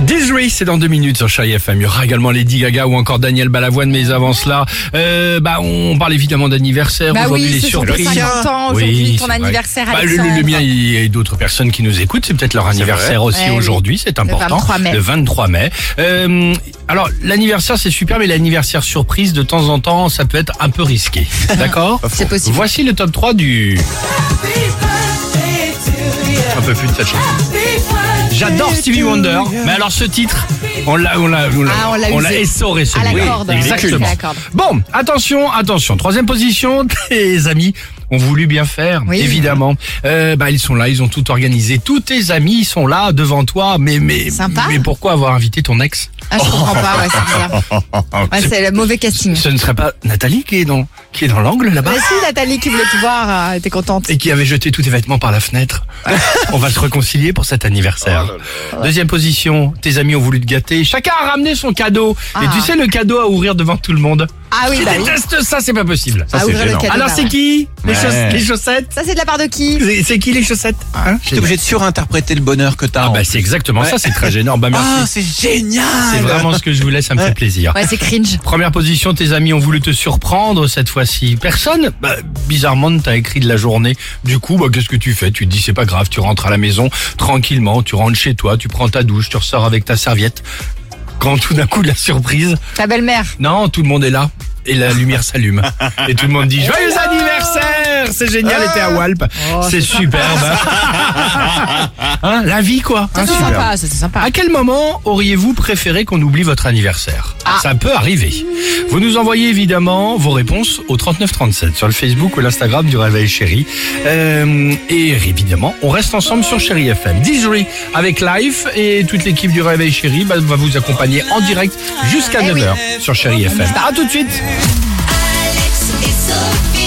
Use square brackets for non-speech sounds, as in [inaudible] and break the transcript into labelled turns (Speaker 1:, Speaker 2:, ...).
Speaker 1: Disney, c'est dans deux minutes sur Chai FM. Il y aura également Lady Gaga ou encore Daniel Balavoine, mais avant cela, euh, bah, on parle évidemment d'anniversaire.
Speaker 2: Bah
Speaker 1: Aujourd'hui,
Speaker 2: oui,
Speaker 1: les
Speaker 2: c'est surtout
Speaker 1: surprises.
Speaker 2: 50 ans aujourd'hui,
Speaker 1: Oui,
Speaker 2: ton
Speaker 1: c'est vrai.
Speaker 2: anniversaire,
Speaker 1: Bah, le,
Speaker 2: Alexandre.
Speaker 1: le mien et, et d'autres personnes qui nous écoutent, c'est peut-être leur anniversaire aussi
Speaker 2: Ouais, Eh oui.
Speaker 1: aujourd'hui, c'est important.
Speaker 2: 23 mai.
Speaker 1: Le 23 mai. Euh, alors, l'anniversaire, c'est super, mais l'anniversaire surprise, de temps en temps, ça peut être un peu risqué.
Speaker 2: [laughs]
Speaker 1: D'accord
Speaker 2: C'est possible.
Speaker 1: Voici le top 3 du... Un peu plus de cette chanson. J'adore Stevie Wonder, mais alors ce titre, on l'a, on l'a, on l'a,
Speaker 2: Ah, on l'a
Speaker 1: on
Speaker 2: usé.
Speaker 1: l'a essoré
Speaker 2: À la
Speaker 1: celui-là.
Speaker 2: corde. Ah,
Speaker 1: exactement.
Speaker 2: À la corde.
Speaker 1: Bon, attention, attention. Troisième position, [laughs] tes amis ont voulu bien faire,
Speaker 2: Oui.
Speaker 1: évidemment. Euh, bah ils sont là, ils ont tout organisé. Tous tes amis sont là devant toi, mais mais
Speaker 2: Sympa.
Speaker 1: mais pourquoi avoir invité ton ex
Speaker 2: Ah, je comprends pas, ouais, c'est bizarre.
Speaker 1: [laughs]
Speaker 2: Ouais, c'est le mauvais casting.
Speaker 1: Ce ne serait pas Nathalie qui est dans qui est dans l'angle là-bas
Speaker 2: Bah si, Nathalie qui voulait te voir, euh, était contente.
Speaker 1: et qui avait jeté tous tes vêtements par la [laughs] fenêtre. On va se réconcilier pour cet anniversaire. Deuxième position, tes amis ont voulu te gâter. Chacun a ramené son cadeau. Et
Speaker 2: Ah.
Speaker 1: tu sais le cadeau à ouvrir devant tout le monde.
Speaker 2: Ah oui,
Speaker 1: Qui
Speaker 2: bah oui.
Speaker 1: déteste ça, c'est pas possible.
Speaker 2: À ouvrir le
Speaker 3: gênant.
Speaker 2: cadeau.
Speaker 1: Alors
Speaker 2: bah
Speaker 1: c'est
Speaker 2: ouais.
Speaker 1: qui les,
Speaker 3: Ouais.
Speaker 1: chaussettes les chaussettes
Speaker 2: Ça, c'est de la part de qui
Speaker 1: C'est c'est qui les chaussettes Hein
Speaker 3: T'es obligé de surinterpréter le bonheur que t'as.
Speaker 1: Ah
Speaker 3: en-
Speaker 1: bah c'est exactement ça, c'est très gênant. Bah
Speaker 3: Ah,
Speaker 1: merci.
Speaker 3: c'est génial
Speaker 1: c'est vraiment ce que je vous laisse, ça me fait plaisir.
Speaker 2: Ouais, c'est cringe.
Speaker 1: Première position, tes amis ont voulu te surprendre cette fois-ci. Personne bah, Bizarrement, ne t'a écrit de la journée. Du coup, bah, qu'est-ce que tu fais Tu te dis, c'est pas grave, tu rentres à la maison tranquillement, tu rentres chez toi, tu prends ta douche, tu ressors avec ta serviette. Quand tout d'un coup, la surprise,
Speaker 2: Ta belle-mère.
Speaker 1: non, tout le monde est là. Et la lumière s'allume. Et tout le monde dit Joyeux anniversaire C'est génial, et t'es à Walp.
Speaker 2: Oh,
Speaker 1: c'est superbe. Hein, la vie, quoi. Hein,
Speaker 2: Ça, c'est
Speaker 1: superbe.
Speaker 2: sympa, ça, c'est sympa.
Speaker 1: À quel moment auriez-vous préféré qu'on oublie votre anniversaire
Speaker 2: Ah.
Speaker 1: Ça peut arriver. Vous nous envoyez évidemment vos réponses au 3937 sur le Facebook ou l'Instagram du Réveil Chéri. Euh, et évidemment, on reste ensemble sur Chéri FM. Disery avec Life et toute l'équipe du Réveil Chéri bah, va vous accompagner en direct jusqu'à
Speaker 2: Eh oui.
Speaker 1: 9h sur Chéri FM. À tout de suite
Speaker 4: Alex et Sophie.